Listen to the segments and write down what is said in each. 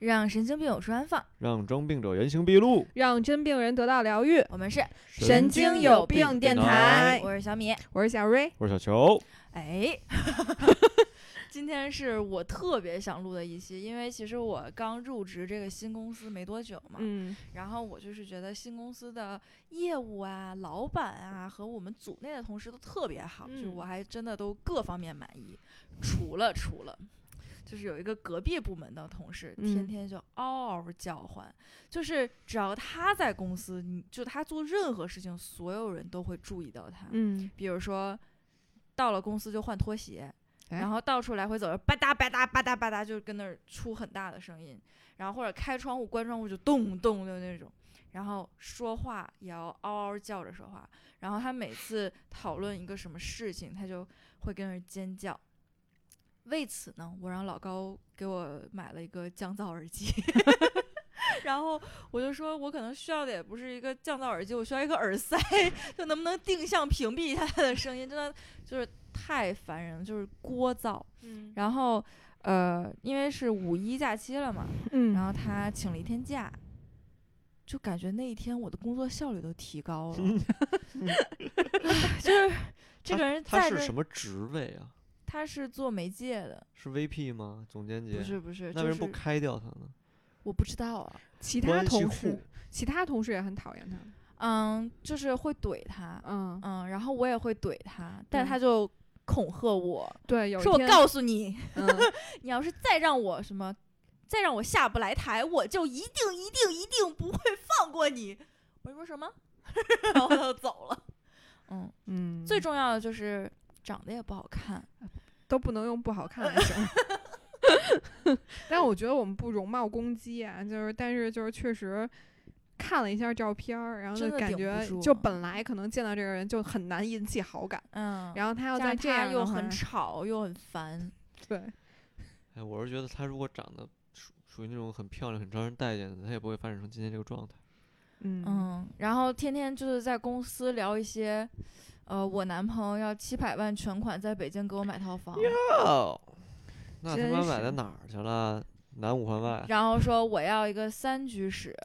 让神经病有处安放。让装病者原形毕露。让真病人得到疗愈。我们是神经有病电台我是小米。我是小瑞，我是小球。哎， 今天是我特别想录的一期，因为其实我刚入职这个新公司没多久嘛，嗯，然后我就是觉得新公司的业务啊、老板啊和我们组内的同事都特别好，就嗯我还真的都各方面满意，除了除了。就是有一个隔壁部门的同事，天嗯天就嗷嗷叫唤，就是只要他在公司，你就他做任何事情，所有人都会注意到他。嗯，比如说到了公司就换拖鞋，哎然后到处来回走，吧嗒吧嗒吧嗒吧嗒，就跟那儿出很大的声音，然后或者开窗户关窗户就咚咚的那种，然后说话也要嗷嗷叫着说话，然后他每次讨论一个什么事情，他就会跟人尖叫。为此呢，我让老高给我买了一个降噪耳机， 然后我就说，我可能需要的也不是一个降噪耳机，我需要一个耳塞，就能不能定向屏蔽一下他的声音，真的就是太烦人了，就是聒噪。嗯然后，呃，因为是五一假期了嘛，然嗯，后他请了一天假，就感觉那一天我的工作效率都提高 了，就是这个人他在是这什么职位啊？他是做媒介的，是 VP 吗？总监级？不是不是，那就为是什么不开掉他呢？我不知道啊，其他关系同户事，其他同事也很讨厌他，嗯，就是会怼他，嗯，嗯，然后我也会怼他，但嗯他就恐吓我，对，有一说我天，告诉你，嗯，你要是再让我什么，再让我下不来台，我就一定一定一定不会放过你。我说什么？ 然后他就走了。嗯，嗯，最重要的就是长得也不好看。都不能用 不好看来形容。 但我觉得我们不容貌攻击啊，就是但是就是确实看了一下照片儿，然后真就的感顶不觉住就啊本来可能见到这个人就很难引起好感，嗯，然后他要加再上这他样又的话很吵又很烦。对，哎，我是觉得他如果长得属属于那种很漂亮、很招人待见的，他也不会发展成今天这个状态。嗯嗯，然后天天就是在公司聊一些，呃，我男朋友要七百万全款在北京给我买套房，哦，那他真妈买是在哪儿去了？南五环外。然后说我要一个三居室，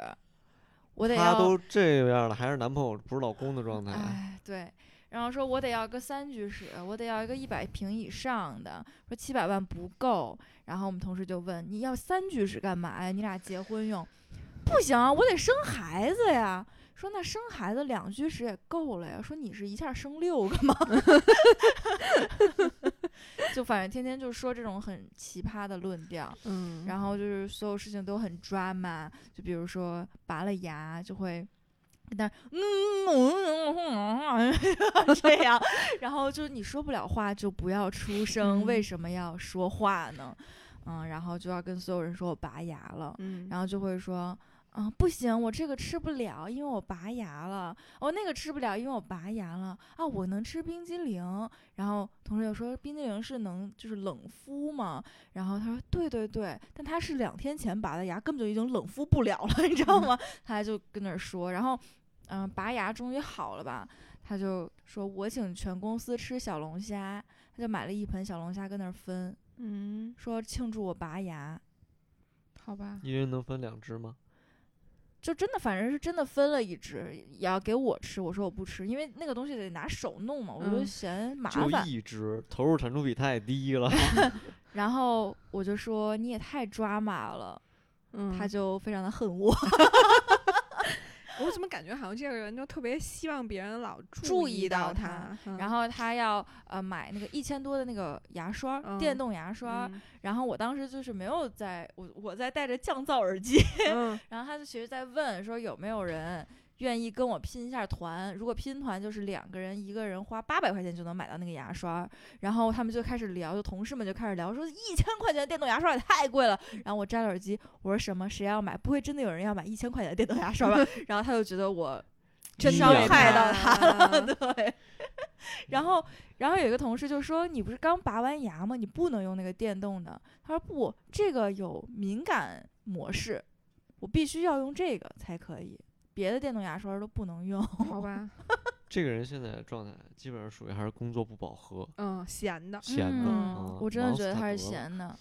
我得他要都这样了，还是男朋友不是老公的状态。哎，对。然后说，我得要个三居室，我得要一个一百平以上的。说七百万不够，然后我们同事就问你要三居室干嘛呀？你俩结婚用？不行啊，我得生孩子呀。说那生孩子两居室也够了呀。说你是一下生六个吗？ 就反正天天就说这种很奇葩的论调。嗯，后然后就是所有事情都很 drama，就比如说拔了牙就会，但嗯嗯嗯嗯这样，然后就你说不了话就不要出声，嗯为什么要说话呢？嗯，然后就要跟所有人说我拔牙了，嗯，然后就会说。啊、不行，我这个吃不了，因为我拔牙了。哦，那个吃不了，因为我拔牙了。啊，我能吃冰激凌。然后同事又说，冰激凌是能就是冷敷吗？然后他说，对对对，但他是两天前拔的牙，根本就已经冷敷不了了，你知道吗？ 他就跟那儿说，然后，嗯、拔牙终于好了吧？他就说我请全公司吃小龙虾，他就买了一盆小龙虾跟那儿分，嗯，说庆祝我拔牙。好吧，一人能分两只吗？就真的，反正是真的分了一只，也要给我吃。我说我不吃，因为那个东西得拿手弄嘛，我就嗯嫌麻就烦。哎一只，投入产出比太低了。然后我就说你也太抓马了，嗯，他就非常的恨我，我怎么感觉好像这个人就特别希望别人老注意意到到他，嗯然后他要呃买那个一千多的那个牙刷儿，电嗯动牙刷 儿。嗯然后我当时就是没有在，我我在戴着降噪耳机，嗯然后他就其实在问说有没有人愿意跟我拼一下团，如果拼团就是两个人，一个人花八百块钱就能买到那个牙刷，然后他们就开始聊，就同事们就开始聊说一千块钱的电动牙刷也太贵了，然后我摘了耳机，我说什么谁要买？不会真的有人要买一千块钱的电动牙刷吧？ 然后他就觉得我真伤的害到他他 了，了对。然后，然后有一个同事就说：“你不是刚拔完牙吗？你不能用那个电动的。”他说：“不，这个有敏感模式，我必须要用这个才可以，别的电动牙刷都不能用。 好 吧，这个人现在的状态基本上属于还是工作不饱和， 嗯，闲的，闲的，嗯啊我真的忙觉死得他他是得了闲的，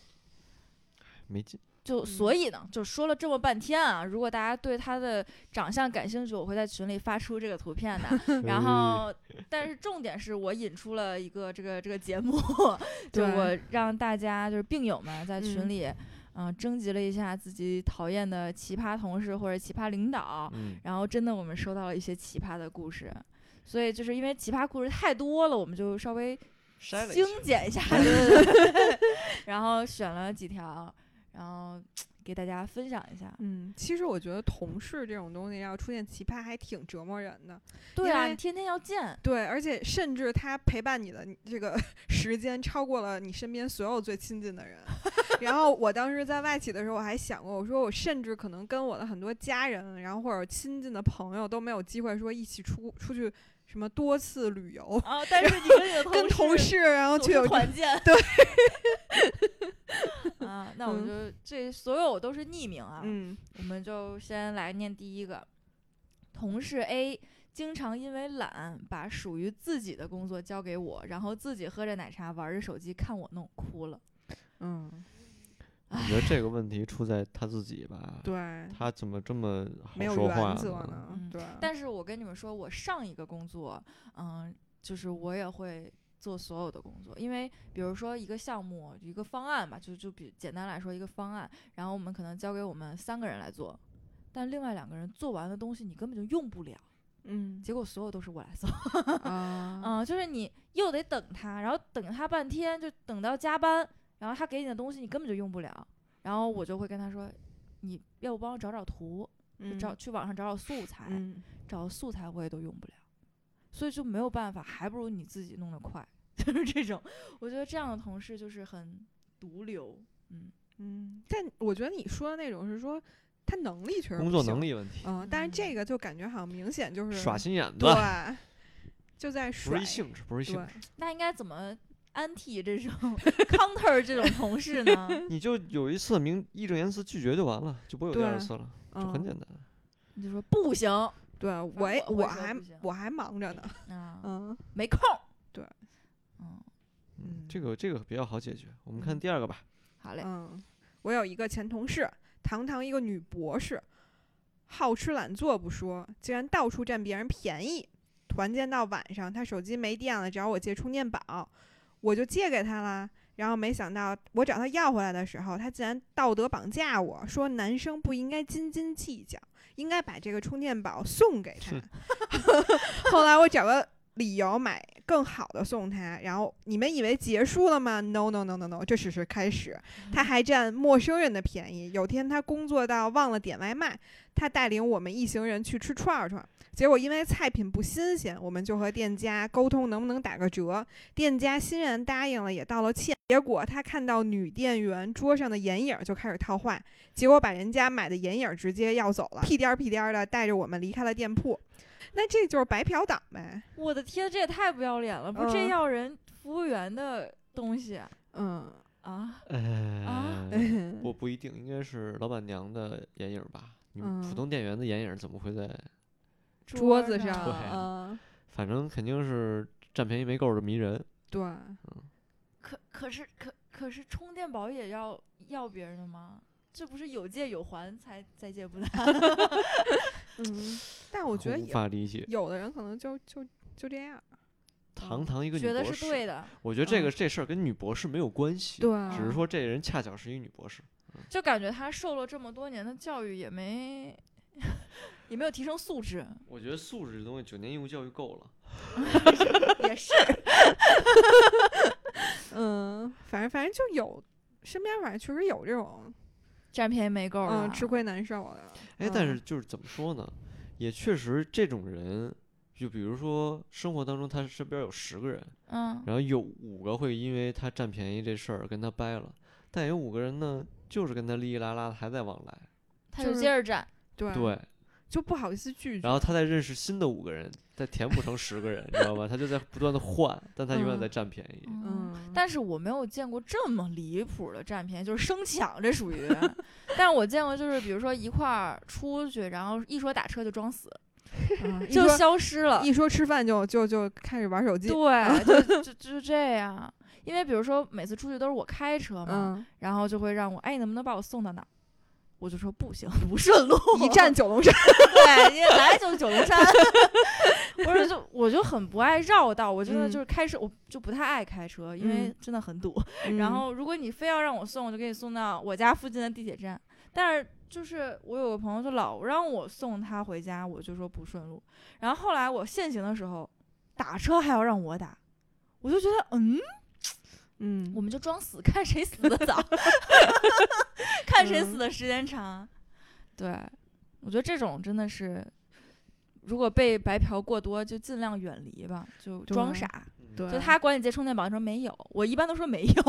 没劲。嗯就所以呢，就说了这么半天啊，如果大家对他的长相感兴趣，我会在群里发出这个图片的。 然后，但是重点是我引出了一个这个这个节目， 就对我让大家就是病友们在群嗯里，嗯、征集了一下自己讨厌的奇葩同事或者奇葩领导，嗯，然后真的我们收到了一些奇葩的故事，所以就是因为奇葩故事太多了，我们就稍微筛了一精下简一下，对对对然后选了几条，然后给大家分享一下。嗯，其实我觉得同事这种东西要出现奇葩还挺折磨人的，对啊，因为你天天要见，对，而且甚至他陪伴你的这个 时间超过了你身边所有最亲近的人。然后我当时在外企的时候，我还想过，我说我甚至可能跟我的很多家人，然后或者亲近的朋友都没有机会说一起出出去什么多次旅 游，啊，但是你跟你的跟同事然后总去是有团建，对。啊，那我们就这所有都是匿名啊，嗯我们就先来念第一个。同事 A 经常因为懒，把属于自己的工作交给我，然后自己喝着奶茶，玩着手机，看我弄，哭了。嗯，我觉得这个问题出在他自己吧，对，他怎么这么好没有说话原则？呢嗯，对，但是我跟你们说，我上一个工作，嗯，就是我也会做所有的工作，因为比如说一个项目、一个方案吧，就就比简单来说一个方案，然后我们可能交给我们三个人来做，但另外两个人做完的东西你根本就用不了，嗯结果所有都是我来做，啊，嗯，就是你又得等他，然后等他半天，就等到加班，然后他给你的东西你根本就用不了，然后我就会跟他说，你要不帮我找找图，就找嗯去网上找找素材，嗯，找素材我也都用不了，所以就没有办法，还不如你自己弄得快，就是这种。我觉得这样的同事就是很毒瘤，嗯，嗯，但我觉得你说的那种是说他能力确实工不作行能，力问题，嗯，但是这个就感觉好像明显就是耍心眼子对，，就在不耍是一兴致，不是一兴对致。那应该怎么 anti 这种 counter 这种同事呢？你就有一次明义正言辞拒绝就完了，就不会有第二对次了，就很嗯，简单。你就说不行对我也我会我说还不行我还忙着呢，啊，嗯没空。对，嗯，嗯，这嗯个这个比较好解决。我们看嗯第二个吧，好嘞，嗯，我有一个前同事，堂堂一个女博士，好吃懒做不说，竟然到处占别人便宜。团建到晚上，她手机没电了，找我借充电宝，我就借给她啦。然后没想到，我找她要回来的时候，她竟然道德绑架我说男生不应该斤斤计较，应该把这个充电宝送给她。 后来我找个理由买更好的送她，然后你们以为结束了吗？No No No No No，这只是开始。他还占陌生人的便宜。有天他工作到忘了点外卖，他带领我们一行人去吃串儿串儿，结果因为菜品不新鲜，我们就和店家沟通能不能打个折，店家欣然答应了，也道了歉。结果他看到女店员桌上的眼影儿就开始套话，结果把人家买的眼影儿直接要走了，屁颠儿屁颠儿的带着我们离开了店铺。那这就是白嫖党呗。我的天，这也太不要脸了，不是这嗯要人服务员的东西啊嗯，啊？啊 呃，我不一定，应该是老板娘的眼影吧？你们嗯普通店员的眼影怎么会在？桌子上上，对嗯，反正肯定是占便宜没够的迷人。对，可可是可可是充电宝也要要别人的吗？这不是有借有还才再借不难？ 嗯，但我觉得无也嗯法理解，有的人可能就就就这样。堂堂一个女觉得博是士，对的，我觉得这嗯个这事儿跟女博士没有关系，对啊只是 说这人恰巧是一女博士。就感觉他受了这么多年的教育，也没 也没有提升素质，我觉得素质这东西，九年义务教育够了。也 是嗯，反正反正就有身边反正确实有这种占便宜没够啊了。啊嗯吃亏难受的。哎，但嗯是就是怎么说呢？也确实，这种人，就比如说生活当中，他身边有十个人，嗯，然后有五个会因为他占便宜这事儿跟他掰了，但有五个人呢，就是跟他哩哩啦啦的还在往来。他就就是接着占，对啊对，就不好意思拒绝。然后他再认识新的五个人，再填补成十个人，你知道吗？他就在不断的换，但他永远嗯在占便宜。嗯。嗯，但是我没有见过这么离谱的占便宜，就是生抢，这属于。 但是我见过，就是比如说一块儿出去，然后一说打车就装死，嗯一就说消失了。一说吃饭就就就开始玩手 机。对，就就就这样。因为比如说每次出去都是我开车嘛，嗯然后就会让我，哎，你能不能把我送到哪儿？我就说不行，不顺 路，嗯一站九 龙山，对，你来就是九龙 山。我说就我就很不爱绕道，我真的嗯就是开车，我就不太爱开车，因为嗯真的很堵。然后如果你非要让我送，我就给你送到我家附近的地铁站。但是就是我有个朋友就老让我送他回家，我就说不顺路。然后后来我限行的时候，打车还要让我打，我就觉得嗯，嗯我们就装死，看谁死的早， 看谁死的时间长。对，我觉得这种真的是，如果被白嫖过多，就尽量远离吧，就对装傻。嗯对，就他管你借充电宝，你说没有，我一般都说没有。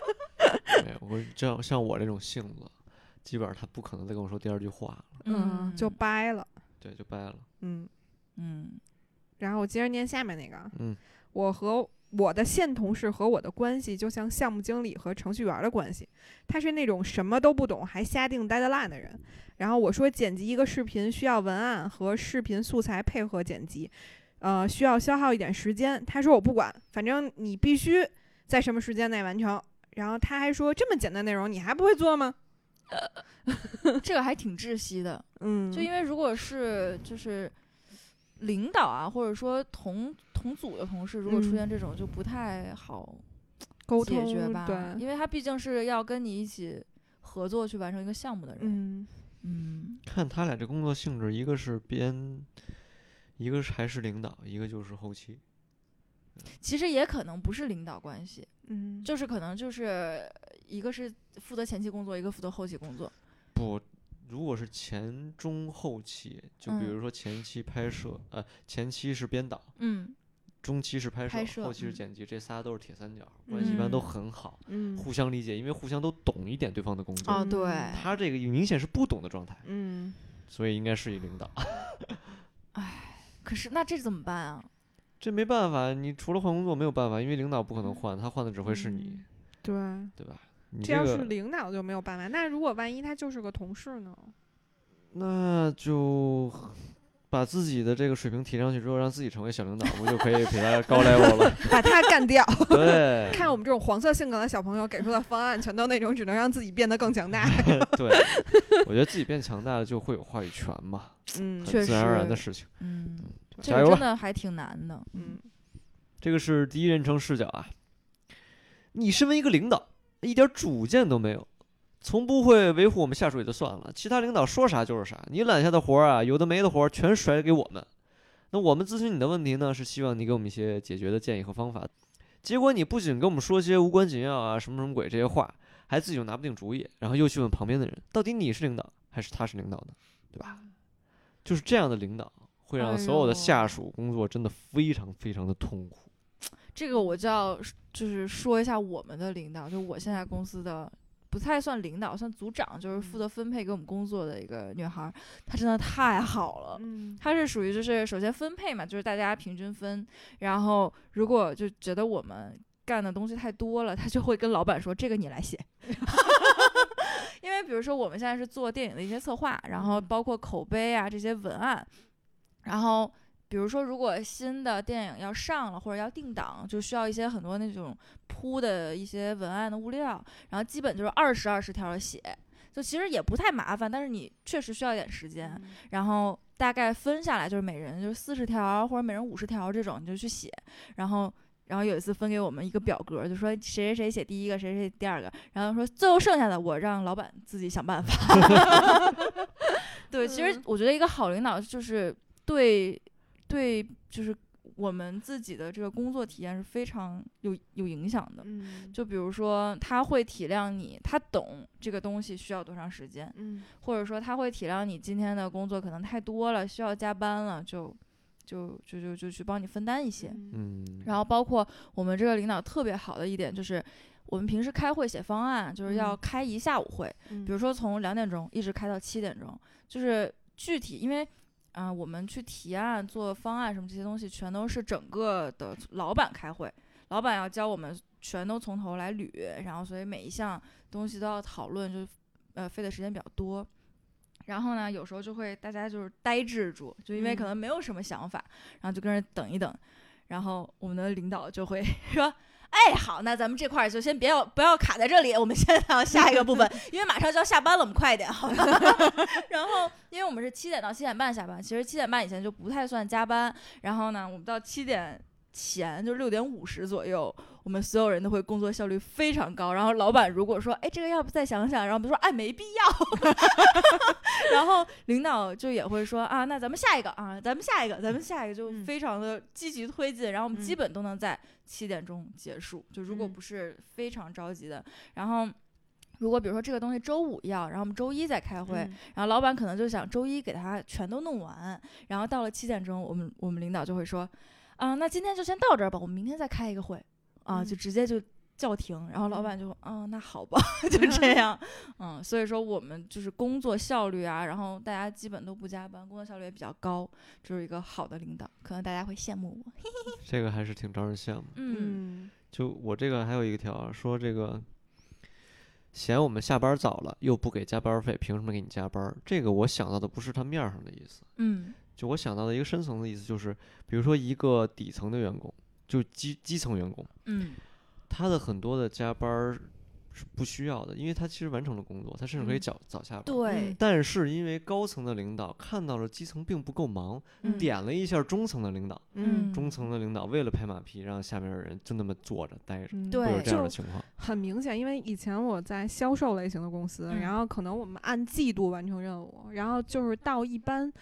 没有，我这样像我这种性子，基本上他不可能再跟我说第二句话了，嗯就掰了，对，就掰了。嗯。嗯然后我接着念下面那个啊，嗯，我和我的现同事和我的关系就像项目经理和程序员的关系，他是那种什么都不懂还瞎定 deadline 的人。然后我说剪辑一个视频需要文案和视频素材配合剪辑，呃，需要消耗一点时间。他说我不管，反正你必须在什么时间内完成。然后他还说这么简单内容你还不会做吗？ 这个还挺窒息的，嗯，就因为如果是就是领导啊，或者说同同组的同事，如果出嗯现这种，就不太好沟解通决吧，对，因为他毕竟是要跟你一起合作去完成一个项目的人，嗯嗯看他俩这工作性质，一个是编，一个是还是领导，一个就是后期。其实也可能不是领导关系，嗯，就是可能就是一个是负责前期工作，一个负责后期工作，不，如果是前中后期，就比嗯如说前期拍摄，呃，前期是编导，嗯中期是拍摄，拍摄后期是嗯剪辑，这仨都是铁三角，关系一般嗯都很好，嗯互相理解，因为互相都懂一点对方的工作。哦对嗯他这个明显是不懂的状态，嗯。所以应该是一领导。可是那这怎么办啊？这没办法，你除了换工作没有办法，因为领导不可能换，他换的只会是你，嗯对，对吧？你这这要是个领导就没有办法。那如果万一他就是个同事呢？那就把自己的这个水平提上去之后，让自己成为小领导，不就可以比他 高 level 了？ 把他干掉。对 看我们这种黄色性格的小朋友给出的方案，全都那种只能让自己变得更强大。 对，我觉得自己变强大了就会有话语权嘛，嗯很确自然而然的实事情。嗯，这加个油真吧！的还挺难的，嗯，这个是第一人称视角啊。你身为一个领导，一点主见都没有，从不会维护我们下属也就算了，其他领导说啥就是啥。你揽下的活儿啊，有的没的活儿全甩给我们。那我们咨询你的问题呢，是希望你给我们一些解决的建议和方法。结果你不仅跟我们说些无关紧要啊、什么什么鬼这些话，还自己又拿不定主意，然后又去问旁边的人，到底你是领导还是他是领导呢？对吧？就是这样的领导会让嗯哎所有的呦下属工作真的非常非常的痛苦。这个我就要就是说一下我们的领导，就我现在公司的不太算领导，算组长，就是负责分配给我们工作的一个女孩儿，她真的太好了。嗯她是属于就是首先分配嘛，就是大家平均分，然后如果就觉得我们干的东西太多了，她就会跟老板说这个你来写。 因为比如说我们现在是做电影的一些策划，然后包括口碑啊这些文案，然后比如说如果新的电影要上了或者要定档，就需要一些很多那种铺的一些文案的物料，然后基本就是二十二十条的写，就其实也不太麻烦，但是你确实需要一点时间，然后大概分下来就是每人就是四十条或者每人五十条这种你就去写，然后。然后有一次分给我们一个表格，就说谁谁谁写第一个，谁谁写第二个，然后说最后剩下的我让老板自己想办法。 对，其实嗯我觉得一个好领导就是对对，就是我们自己的这个工作体验是非常有有影响的。嗯就比如说，他会体谅你，他懂这个东西需要多长时间，嗯或者说他会体谅你今天的工作可能太多了，需要加班了，就就就就就去帮你分担一些。嗯嗯，然后包括我们这个领导特别好的一点就是，我们平时开会写方案，就是要嗯开一下午会，嗯比如说从两点钟一直开到七点钟，就是具体因为。啊、我们去提案、做方案什么这些东西，全都是整个的老板开会，老板要教我们全都从头来捋，然后所以每一项东西都要讨论，就呃费的时间比较多。然后呢，有时候就会大家就是呆滞住，就因为可嗯能没有什么想法，然后就跟着等一等。然后我们的领导就会 说：“哎，好，那咱们这块儿就先别要不要卡在这里，我们先到下一个部分，因为马上就要下班了，我们快一点，好吧？然后，因为我们是七点到七点半下班，其实七点半以前就不太算加班。然后呢，我们到七点前，就六点五十左右，我们所有人都会工作效率非常高。然后老板如果说，哎，这个要不再想想，然后我们就说，哎，没必要。 然后领导就也会说，啊，那咱们下一个啊，咱们下一个，咱们下一个，就嗯非常的积极推进。然后我们基嗯本都能在七点钟结束，就如果嗯不是非常着急的，然后。如果比如说这个东西周五要，然后我们周一再开会，嗯然后老板可能就想周一给他全都弄完，然后到了七点钟，我们我们领导就会说，啊，那今天就先到这儿吧，我们明天再开一个会，啊，嗯就直接就叫停。然后老板就，嗯、那好吧， 就这样，嗯，所以说我们就是工作效率啊，然后大家基本都不加班，工作效率也比较高，这是一个好的领导，可能大家会羡慕我。这个还是挺招人羡慕。嗯嗯就我这个还有一个条啊说这个，嫌我们下班早了又不给加班费，凭什么给你加班儿？这个我想到的不是他面儿上的意思，嗯就我想到的一个深层的意思就是，比如说一个底层的员工，就基基层员工，嗯他的很多的加班儿是不需要的，因为他其实完成了工作，他甚至可以嗯早早下班。对，但是因为高层的领导看到了基层并不够忙，嗯点了一下中层的领导，嗯中层的领导为了拍马屁，让下面的人就那么坐着待着，嗯对会有这样的就情况。很明显，因为以前我在销售类型的公司，嗯然后可能我们按季度完成任务，然后就是到一般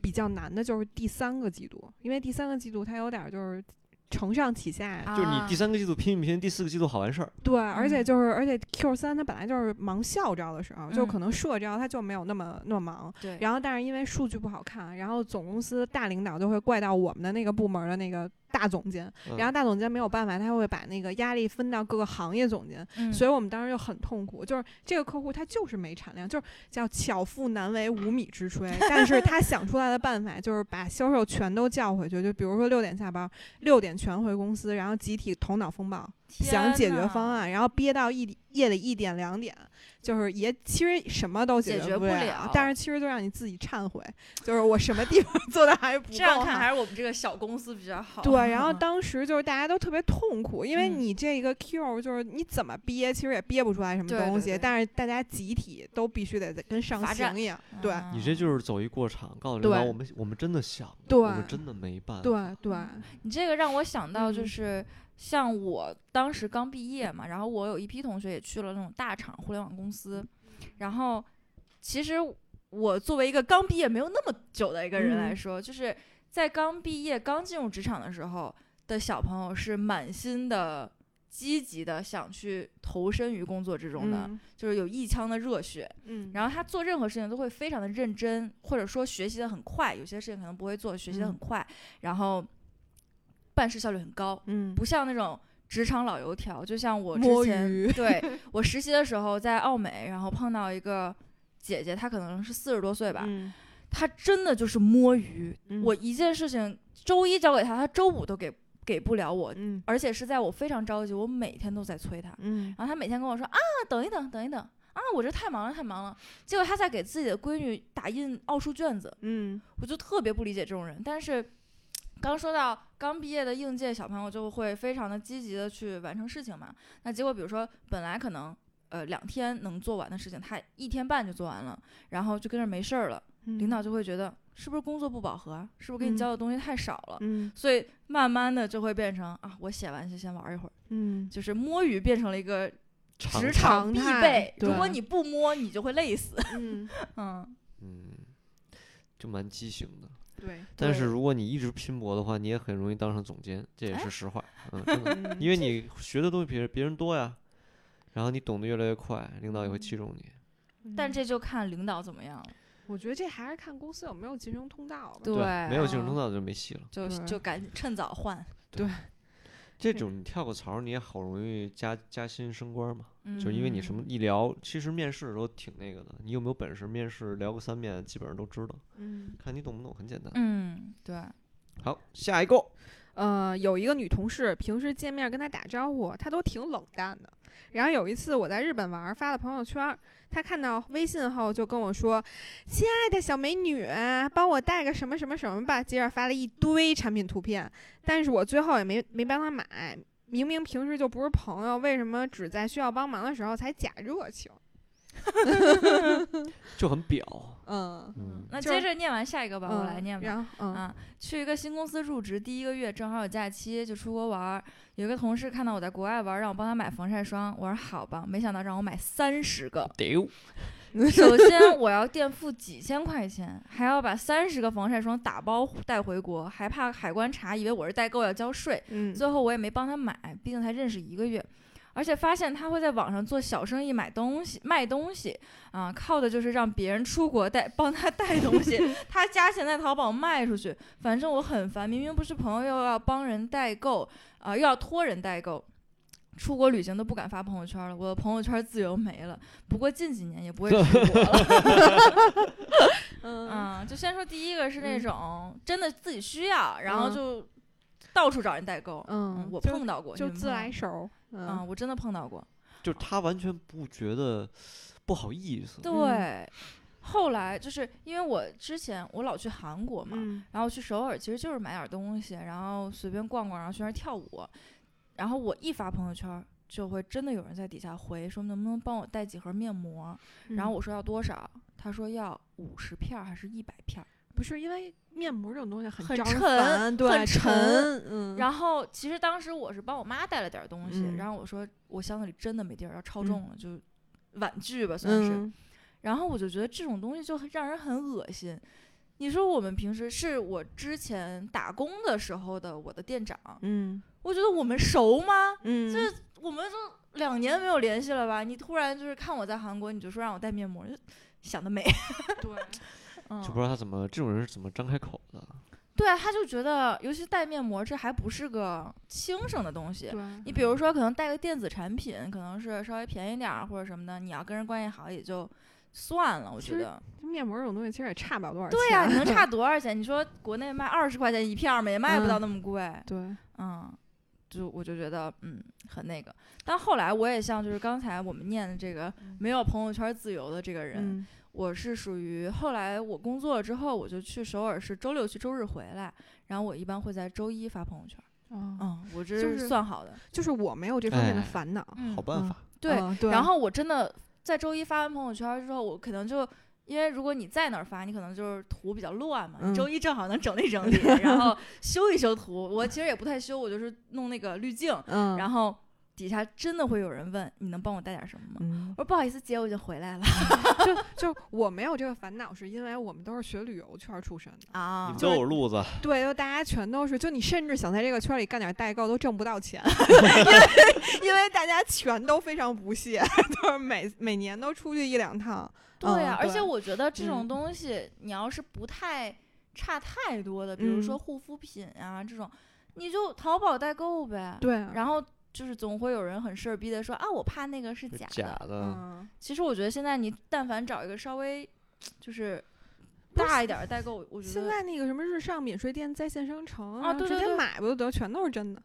比较难的就是第三个季度，因为第三个季度它有点儿就是承上启下，啊就是你第三个季度拼一拼，第四个季度好完事儿。对，而且嗯就是而且 Q 三它本来就是忙校招的时候，就嗯可能社招它就没有那么那么忙，对，然后但是因为数据不好看，然后总公司大领导就会怪到我们的那个部门儿的那个大总监，嗯然后后大总监没有办法，他会把那个压力分到各个行业总监。嗯所以我们当时就很痛苦，就是这个客户他就是没产量，就是叫巧妇难为无米 之炊。但是他想出来的办法就是把销售全都叫回去，就比如说六点下班，六点全回公司，然后集体头脑风暴想解决方，案，然后憋到一夜里一点两点，就是也其实什么都解解决不不了了但是其实就让你自己忏悔，就是我什么地方 做的还不天呐这够样看好还是我们这个小公司比较好。对，然后当时就是大家都特别痛苦，因为嗯你这个 Q 就是你怎么憋，其实也憋不出来什么对东对西，对但是大家集体都必须得跟上罚站刑一样，对啊你这就是走一过场，告诉领导对我们我们真的想，对我们真的没办法。对对，你这个让我想到，就嗯是像我当时刚毕业嘛，然后我有一批同学也去了那种大厂、互联网公司，然后其实我作为一个刚毕业没有那么久的一个人来嗯说，就是在刚毕业、刚进入职场的时候的小朋友是满心的。积极的想去投身于工作之中的，嗯就是有一腔的热血，嗯，然后他做任何事情都会非常的认真，或者说学习的很快，有些事情可能不会做，学习的很嗯快，然后办事效率很高，嗯不像那种职场老油条。就像我之摸前鱼 对我实习的时候在奥美，然后碰到一个姐姐，她可能是四十多岁吧，嗯她真的就是摸鱼。嗯我一件事情周一交给她，她周五都给给不了我，嗯而且是在我非常着急，我每天都在催她。嗯然后他每天跟我说啊，等一等，等一等啊，我这太忙了，太忙了。结果他在给自己的闺女打印奥数卷子，嗯我就特别不理解这种人。但是刚说到刚毕业的应届小朋友就会非常的积极的去完成事情嘛，那结果比如说本来可能。呃，两天能做完的事情，他一天半就做完了，然后就跟这儿没事儿了。嗯，领导就会觉得是不是工作不饱和啊，是不是给你嗯交的东西太少了？嗯所以慢慢的就会变成啊，我写完就先玩一会儿，嗯就是摸鱼变成了一个常职态场常必态备。如对果你不摸，你就会累死。嗯，嗯，嗯，就蛮畸形的。对，但是对如果你一直拼搏的话，你也很容易当上总监，这也哎 是实话。嗯，真的，嗯因为你学的东西比别人多呀，然后你懂得越来越快，领导也会器重你。但嗯这就看领导怎么样了。我觉得这还是看公司有没有晋升通道吧。对没有竞争啊通道就没戏了。就对就赶紧趁早换。这对种你跳个槽儿，你也好容易加加薪升官嘛，嗯、就是因为你什么一聊，其实面试的时候挺那个的，你有没有本事面试聊个三面，基本上都知道，嗯，看你懂不懂，很简单。嗯，对，好，下一个，呃，有一个女同事，平时见面跟她打招呼，她都挺冷淡的。然后有一次我在日本玩儿，发了朋友圈儿，她看到微信后就跟我说：“亲爱的小美女，帮我带个什么什么什么吧。”接着发了一堆产品图片，但是我最后也没没帮她买。明明平时就不是朋友，为什么只在需要帮忙的时候才假热情？就很表。嗯，嗯嗯，，那就是接着念完下一个吧，我嗯来念吧。然后，嗯，啊，去一个新公司入职，第一个月正好有假期，就出国玩儿。有一个同事看到我在国外玩儿，让我帮他买防晒霜，我说好吧，没想到让我买三十个。丢，首先我要垫付几千块钱，还要把三十个防晒霜打包带回国，还怕海关查，以为我是代购要交税。嗯，最后我也没帮他买，毕竟才认识一个月，而且发现他会在网上做小生意买东西、卖东西啊，靠的就是让别人出国带帮他带东 西，他加钱在淘宝卖出去。反正我很烦，明明不是朋友，又要帮人代购啊，又要托人代购。出国旅行都不敢发朋友圈了，我的朋友圈自由没了。不过近几年也不会出国 了，嗯，嗯，就先说第一个是那嗯种真的自己需要，然后嗯就到处找人代购。嗯嗯，我就碰到过，就你们自碰到来过熟，嗯嗯，我真的碰到过。就是他完全不觉得不好意思。对，嗯后来就是因为我之前我老去韩国嘛，嗯然后去首尔其实就是买点儿东西，然后随便逛逛，然后去那儿跳舞，然后我一发朋友圈儿。就会真的有人在底下回说能不能帮我带几盒面膜，然后嗯我说要多少，他说要五十片儿还是一百片儿，不是因为面膜这种东西很很招人沉烦对，很沉沉，嗯，然后其实当时我是帮我妈带了点儿东西，嗯然后我说我箱子里真的没地儿，要超嗯重了、就婉拒吧算是，嗯然后我就觉得这种东西就很让人很恶心。你说我们平时是我之前打工的时候的我的店长，嗯我觉得我们熟吗？嗯，这我们都两年没有联系了吧？你突然就是看我在韩国，你就说让我带面膜，就想得美。 对，嗯就不知道他怎么这种人是怎么张开口的。 对啊，他就觉得，尤其带面膜，这还不是个轻省的东西。对，你比如说，可能带个电子产品，可能是稍微便宜点儿或者什么的，你要跟人关系好也就算了。我其觉实得，面膜这种东西其实也差不了多少钱，对呀、 你能差多少钱？你说国内卖二十块钱一片儿嘛，也卖不到那么贵。对，嗯，就我就觉得嗯很那个。但后来我也像就是刚才我们念的这个没有朋友圈自由的这个人，嗯我是属于后来我工作了之后，我就去首尔是周六去，周日回来，然后我一般会在周一发朋友圈。哦嗯，我这就是算好的。就是我没有这方面的哎烦恼，嗯好办嗯法，对嗯对，然后我真的在周一发完朋友圈之后，我可能就因为如果你在那儿发，你可能就是图比较乱嘛，嗯你周一正好能整理 整理，然后修一修图。我其实也不太修，我就是弄那个滤镜，嗯，然后底下真的会有人问你能帮我带点什么吗？嗯我说不好意思，姐，我已经回来了就就我没有这个烦恼，是因为我们都是学旅游圈儿出身的，啊 你们就都是有路子，对，就大家全都是，就你甚至想在这个圈儿里干点代购都挣不到 钱，因为 因为大家全都非常不屑，就是每每年都出去一两趟，对呀、嗯而且我觉得这嗯种东西，你要是不太差太多的，比如说嗯护肤品啊这种，你就淘宝代购呗。对，嗯然后就是总会有人很事儿逼的说啊，我怕那个是假的。假的。嗯，其实我觉得现在你但凡找一个稍微就是不是大一点儿的代购，我觉现得在那个什么日上免税店在线商城啊对直对接对买不就得，全都是真的，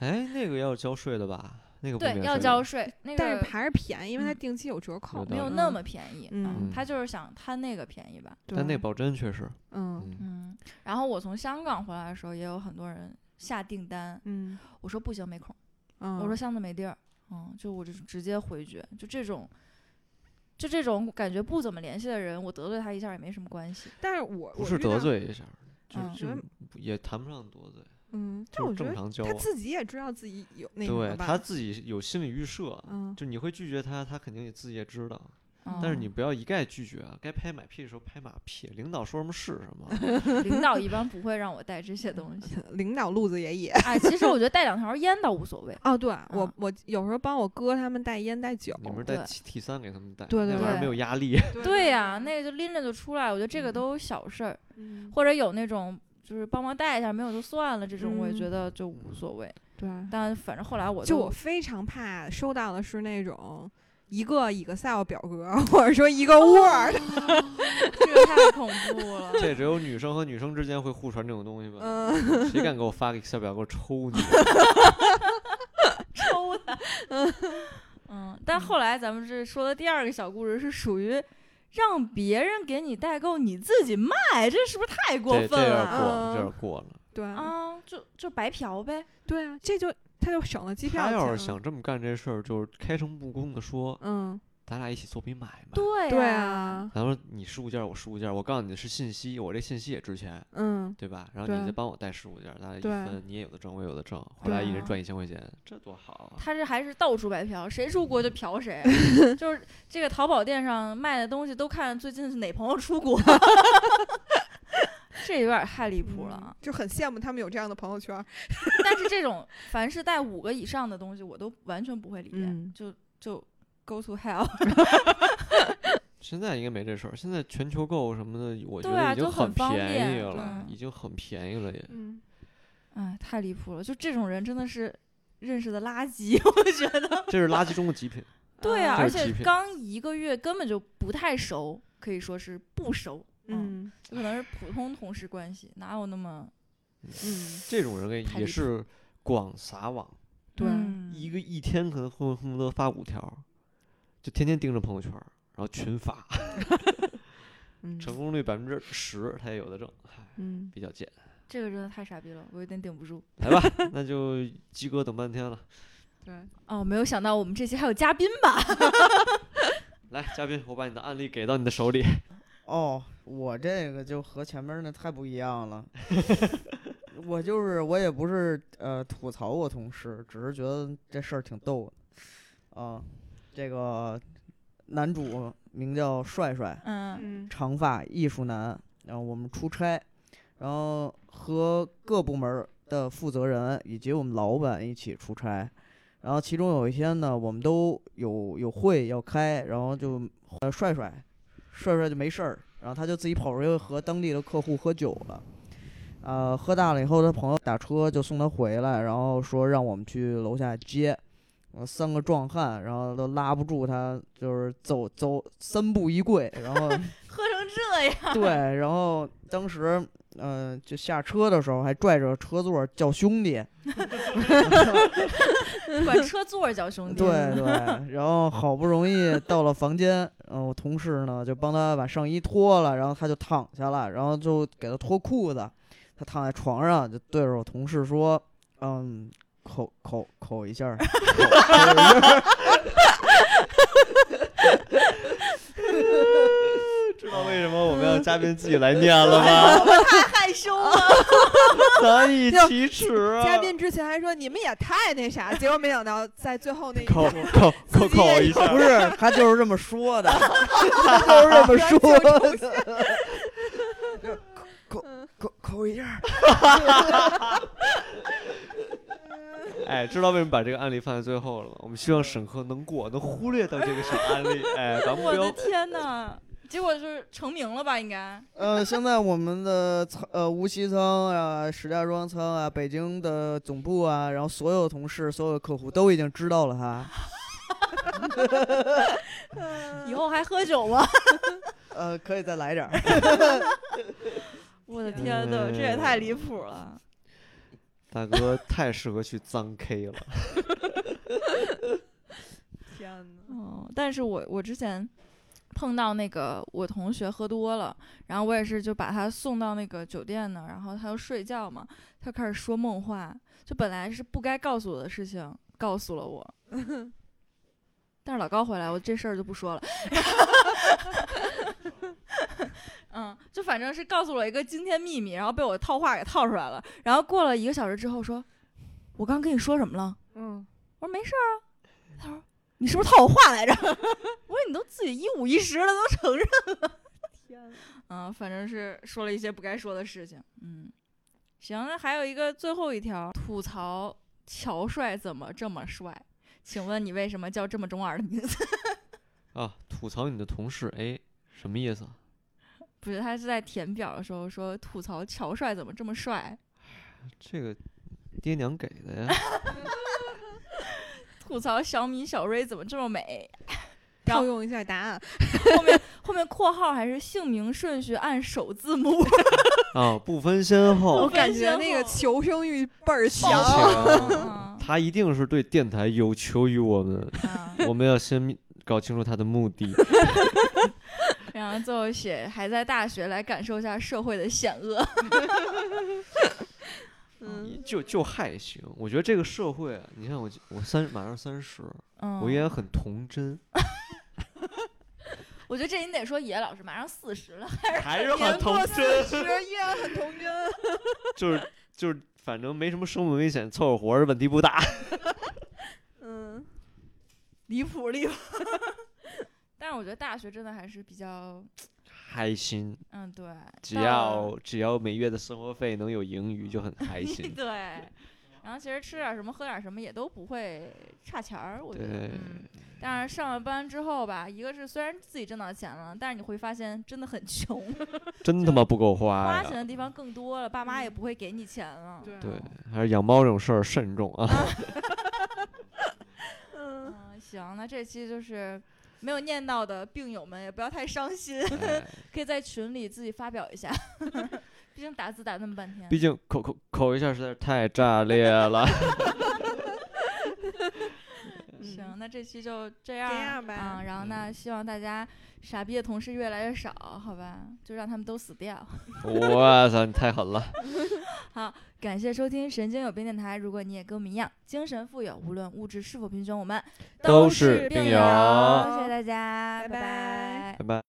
哎，那个要交税的吧？那个不对免要税交的税，那但个是还是便宜，因为它嗯定期有折扣，有没道有理那么便宜。啊嗯他就是想贪那个便宜吧。对，但那保真确实，嗯嗯，嗯，然后我从香港回来的时候，也有很多人下订单，嗯我说不行没空，嗯，我说箱子没地儿，嗯，就我就直接回绝，就这种。就这种感觉不怎么联系的人，我得罪他一下也没什么关系。但是我不我是遇到得，罪一下，就嗯就觉得也谈不上得罪，嗯，但就我是觉正得常交他往。自己也知道自己有那什么对吧，他自己有心理预设，嗯就你会拒绝他，他肯定也自己也知道。嗯、但是你不要一概拒绝啊，该拍马屁的时候拍马屁，领导说什么 是什么。领导一般不会让我带这些东西。领导路子也野。 哎，其实我觉得带两条烟倒无所谓。哦，对我我有时候帮我哥他们带烟带酒，你们是带对 T 三给他们带，对对那玩意儿没对有压力。对呀、那个就拎着就出来，我觉得这个都小事儿，嗯或者有那种就是帮忙带一下，没有就算了，这种我也嗯觉得就无所谓。对，啊但反正后来我就都 我非常怕收到的是那种一个 Excel 表格，或者说一个哦 Word，这个太恐怖了。这只有女生和女生之间会互传这种东西吧？嗯，谁敢给我发个 Excel 表，给我抽你！ 抽 的。嗯，但后来咱们这说的第二个小故事是属于让别人给你代购，你自己卖，这是不是太过这这分有点了过了，这有嗯啊点过了。对啊？就就白嫖呗。对啊，这就他就省了机票他钱要了。是想这么干这事儿，就是开诚布公的说，嗯，咱俩一起做笔买卖。对对啊，啊，然后你十五件儿，我十五件儿，我告诉你的是信息，我这信息也值钱，嗯，对吧？然后你对再帮我带十五件儿，咱俩一对分，你也有的挣，我也有的挣，回来一对人啊赚一千块钱，这多好啊！他这还是到处白嫖，谁出国就嫖 谁，就是这个淘宝店上卖的东西都看最近是哪朋友出 国，这有点太离谱了啊嗯！就很羡慕他们有这样的朋友圈儿。但是这种凡是带五个以上的东西，我都完全不会理解，嗯就就 go to hell。 现在应该没这事儿，现在全球购什么的，我觉对啊得已经都很方便宜便了，嗯已经很便宜了也。嗯，哎，太离谱了！就这种人真的是认识的垃圾， 我觉得。这是垃圾中的极品，对嗯啊，这而是极且品刚一个月根本就不太熟，可以说是不熟，嗯就可能是普通同事关系，哪有那么嗯，这种人太离也谱是广撒网，对啊嗯一个一天可能恨恨不得发五条儿，就天天盯着朋友圈儿，然后群发，嗯成功率百分之十，他也有的挣，唉嗯，比较贱。这个真的太傻逼了，我有点顶不住。来吧， 那就鸡哥等半天了。对，哦，没有想到我们这期还有嘉宾吧？来，嘉宾，我把你的案例给到你的手里。哦，我这个就和前面儿那太不一样了。我就是我也不是呃吐槽我同事，只是觉得这事儿挺逗的。啊、这个男主名叫帅帅，嗯嗯长发艺术男，然后我们出差，然后和各部门儿的负责人以及我们老板一起出差，然后其中有一天呢，我们都有有会要开，然后就呃帅帅，帅帅就没事儿，然后他就自己跑出去和当地的客户喝酒了。呃，喝大了以后，他朋友打车就送他回来，然后说让我们去楼下接。呃，三个壮汉，然后都拉不住他，就是走走三步一跪，然后喝成这 样，对，然后当时，嗯、就下车的时候还拽着车座叫兄弟，管车座儿叫兄弟。对对，然后好不容易到了房间，嗯、我同事呢就帮他把上衣脱了，然后他就躺下了，然后就给他脱裤子，他躺在床上就对着我同事说，嗯，口口口一下 儿，口口一下儿，知道为什么我们要嘉宾自己来念了 吗？ 害羞了。难以就启齿啊！嘉宾之前还说你们也太那啥，结果没想到在最后那一扣刻，扣扣自己也扣一下不儿，是他就是这么说的，他就是这么说 的。口口口一下儿，哎，知道为什么把这个案例放在最后了吗？我们希望审核能过，能忽略掉这个小案 例，哎，把目我的标天哪！结果就是成名了吧？应该 呃，现在我们的仓呃无锡仓啊、石家庄仓啊、北京的总部啊，然后所有同事、所有客户都已经知道了他。以后还喝酒吗？呃，可以再来点儿。我的天哪，这也嗯太离谱了。大哥太适合去脏 K 了。天哪，哦，但是我我之前碰到那个我同学喝多了，然后我也是就把他送到那个酒店呢，然后他要睡觉嘛，他开始说梦话，就本来是不该告诉我的事情，告诉了我。但是老高回来，我这事儿就不说了。 嗯，就反正是告诉了我一个惊天秘密，然后被我套话给套出来了。然后过了一个小时之后说：“我刚跟你说什么了？”嗯，我说没事儿啊。他说你是不是套我话来着？ 我说你都自己一五一十了，都承认。天 哪，啊，反正是说了一些不该说的事情。嗯，行，那还有一个最后一条，吐槽乔帅怎么这么帅？请问你为什么叫这么中二的名字？ 啊，吐槽你的同事 A 什么意思啊？不是，他是在填表的时候说吐槽乔帅怎么这么帅，这个爹娘给的呀， 吐槽小米小瑞怎么这么美。然套后用一下答案，后面后面括号还是姓名顺序按首字母，啊，不分先我后我，感感觉觉那个后求生欲倍儿激强，情。嗯他一定是对电台有求于我们， 嗯我们要先搞清楚他的目的。然后最后 写还在大学来感受一下社会的险恶。嗯就就还行。我觉得这个社会啊，你看我我三马上三十，嗯，我依然很童真，我觉得这你得说野老师马上四十了，还是年很童过真，四十依然很童真。就是就是，反正没什么生命危险，凑合活着问题不大。嗯，离谱离谱。但是我觉得大学真的还是比较，开心，嗯，对，只到 要只要每月的生活费能有盈余，就很开心。对，然后其实吃点什么喝点什么也都不会差钱儿，我觉得。对嗯，但是上了班之后吧，一个是虽然自己挣到钱了，但是你会发现真的很穷，真他妈不够花花哎呀钱！的地方更多了，爸妈也嗯不会给你钱了。对对，还是养猫这种事儿慎重啊。嗯，嗯，行，那这期就是没有念到的病友们也不要太伤心， 哎可以在群里自己发表一下， 毕竟打字打那么半天。毕竟口口口一下实在是太炸裂了。 行，那这期就这样嗯这儿，样吧啊，然后那希望大家傻逼的同事越来越少，好吧？就让他们都死掉。 哇塞，你太狠了！感谢收听《神经有病电台》，如果你也跟我们一样精神富有，无论物质是否贫穷，我们都是是病友病友谢谢大家，拜拜拜拜拜。